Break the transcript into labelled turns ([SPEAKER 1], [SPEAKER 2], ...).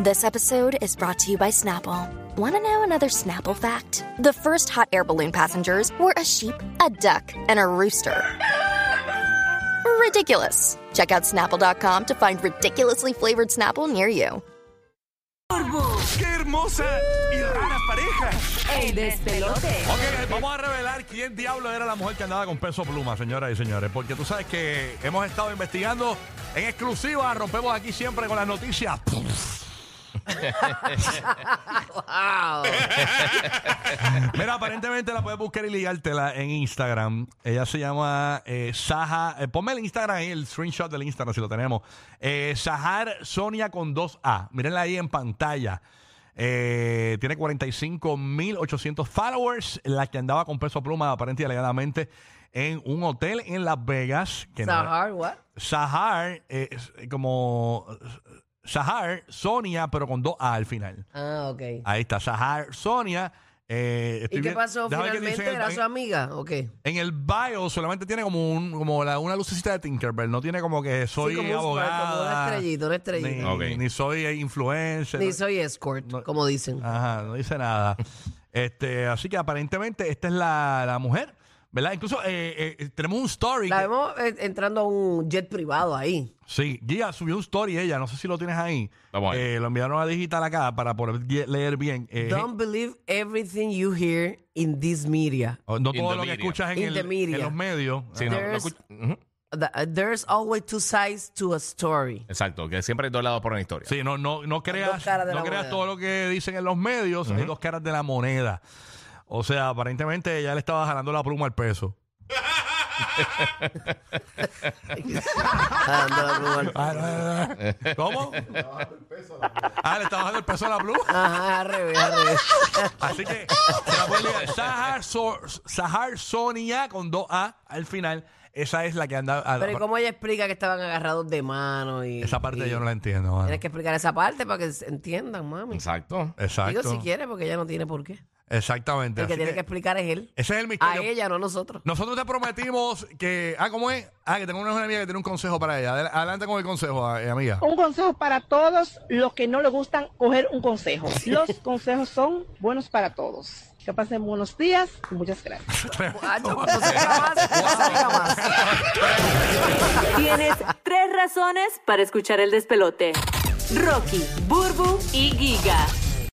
[SPEAKER 1] This episode is brought to you by Snapple. Want to know another Snapple fact? The first hot air balloon passengers were a sheep, a duck, and a rooster. Ridiculous. Check out snapple.com to find ridiculously flavored Snapple near you.
[SPEAKER 2] ¡Qué hermosa y rara pareja!
[SPEAKER 3] El despelote.
[SPEAKER 2] Ok, vamos a revelar quién diablo era la mujer que andaba con peso pluma, señoras y señores. Porque tú sabes que hemos estado investigando en exclusiva, rompemos aquí siempre con las noticias.
[SPEAKER 3] Ah,
[SPEAKER 2] Mira, aparentemente la puedes buscar y ligártela en Instagram. Ella se llama eh, Saja. eh, ponme el Instagram ahí, el screenshot del Instagram si lo tenemos. Eh, Sahar Sonia con 2A. Mírenla ahí en pantalla. Eh, tiene 45.800 followers. La que andaba con peso pluma, aparentemente y alegadamente, en un hotel en Las Vegas. Que no-
[SPEAKER 3] Sahar, what?
[SPEAKER 2] Sahar, eh, es como. Sahar Sonia, pero con 2A al final.
[SPEAKER 3] Ah, ok.
[SPEAKER 2] Ahí está, Sahar Sonia. eh, estoy
[SPEAKER 3] ¿Y qué
[SPEAKER 2] bien-
[SPEAKER 3] pasó
[SPEAKER 2] déjame ver qué
[SPEAKER 3] finalmente?
[SPEAKER 2] dice en el-
[SPEAKER 3] ¿Era su amiga o qué?
[SPEAKER 2] en el bio solamente tiene como un como la- una lucecita de Tinkerbell, no tiene como que soy
[SPEAKER 3] Sí, como un spark,
[SPEAKER 2] abogada.
[SPEAKER 3] como una estrellita, una estrellita.
[SPEAKER 2] Ni,
[SPEAKER 4] Ok.
[SPEAKER 2] ni soy influencer.
[SPEAKER 3] Ni
[SPEAKER 2] no-
[SPEAKER 3] soy escort,
[SPEAKER 2] no- Ah,
[SPEAKER 3] como dicen.
[SPEAKER 2] Ajá, no dice nada. este, así que aparentemente esta es la, la mujer, ¿verdad? Incluso eh, eh, tenemos un story.
[SPEAKER 3] La
[SPEAKER 2] que-
[SPEAKER 3] vemos eh, entrando a un jet privado ahí.
[SPEAKER 2] sí, Guía subió un story ella, no sé si lo tienes ahí.
[SPEAKER 4] Vamos ahí.
[SPEAKER 2] Eh, lo enviaron a digital acá para poder gui- leer bien. Eh,
[SPEAKER 3] Don't believe everything you hear in this media.
[SPEAKER 2] oh, no
[SPEAKER 4] In
[SPEAKER 2] todo
[SPEAKER 4] the
[SPEAKER 2] lo que
[SPEAKER 4] media.
[SPEAKER 2] escuchas en,
[SPEAKER 3] In
[SPEAKER 2] el-
[SPEAKER 3] the media.
[SPEAKER 2] en los medios.
[SPEAKER 4] Sí, no, no
[SPEAKER 3] There's-
[SPEAKER 4] escuch- Ujú.
[SPEAKER 3] The- uh, there's always two sides to a story.
[SPEAKER 4] Exacto, que siempre hay dos lados por una historia.
[SPEAKER 2] Sí, no, no, no
[SPEAKER 3] dos
[SPEAKER 2] creas,
[SPEAKER 3] caras de
[SPEAKER 2] no
[SPEAKER 3] la
[SPEAKER 2] creas
[SPEAKER 3] moneda.
[SPEAKER 2] todo lo que dicen en los medios, hay dos caras de la moneda. O sea, aparentemente ya le estaba jalando la pluma al peso. Ah,
[SPEAKER 3] Ah,
[SPEAKER 2] ¿Cómo? Ah, le estaba jalando el peso a la pluma.
[SPEAKER 3] Ajá, al revés, al revés.
[SPEAKER 2] Así que se la pueden ligar. Sahar, So- Sahar Sonia con 2A al final. Esa es la que anda. a-
[SPEAKER 3] Pero ¿y cómo ella explica que estaban agarrados de mano? Y,
[SPEAKER 2] Esa parte
[SPEAKER 3] y-
[SPEAKER 2] yo no la entiendo. mano.
[SPEAKER 3] Tienes que explicar esa parte para que se entiendan, mami.
[SPEAKER 4] Exacto.
[SPEAKER 2] Exacto.
[SPEAKER 3] Digo si quiere, porque ella no tiene por qué.
[SPEAKER 2] Exactamente.
[SPEAKER 3] El que
[SPEAKER 2] Así
[SPEAKER 3] tiene
[SPEAKER 2] que
[SPEAKER 3] que explicar es él.
[SPEAKER 2] ese es el
[SPEAKER 3] A
[SPEAKER 2] misterio.
[SPEAKER 3] ella, no a nosotros.
[SPEAKER 2] Nosotros te prometimos que. Ah, ¿cómo es? Ah, que tengo una amiga que tiene un consejo para ella. Adel- Adelante con el consejo, eh, amiga.
[SPEAKER 5] Un consejo para todos los que no le gustan coger un consejo. Los consejos son buenos para todos. Que pasen buenos días y muchas gracias.
[SPEAKER 3] Guacho, cuando se acaba, se acaba.
[SPEAKER 6] Tienes tres razones para escuchar el despelote. Rocky, Burbu y Giga.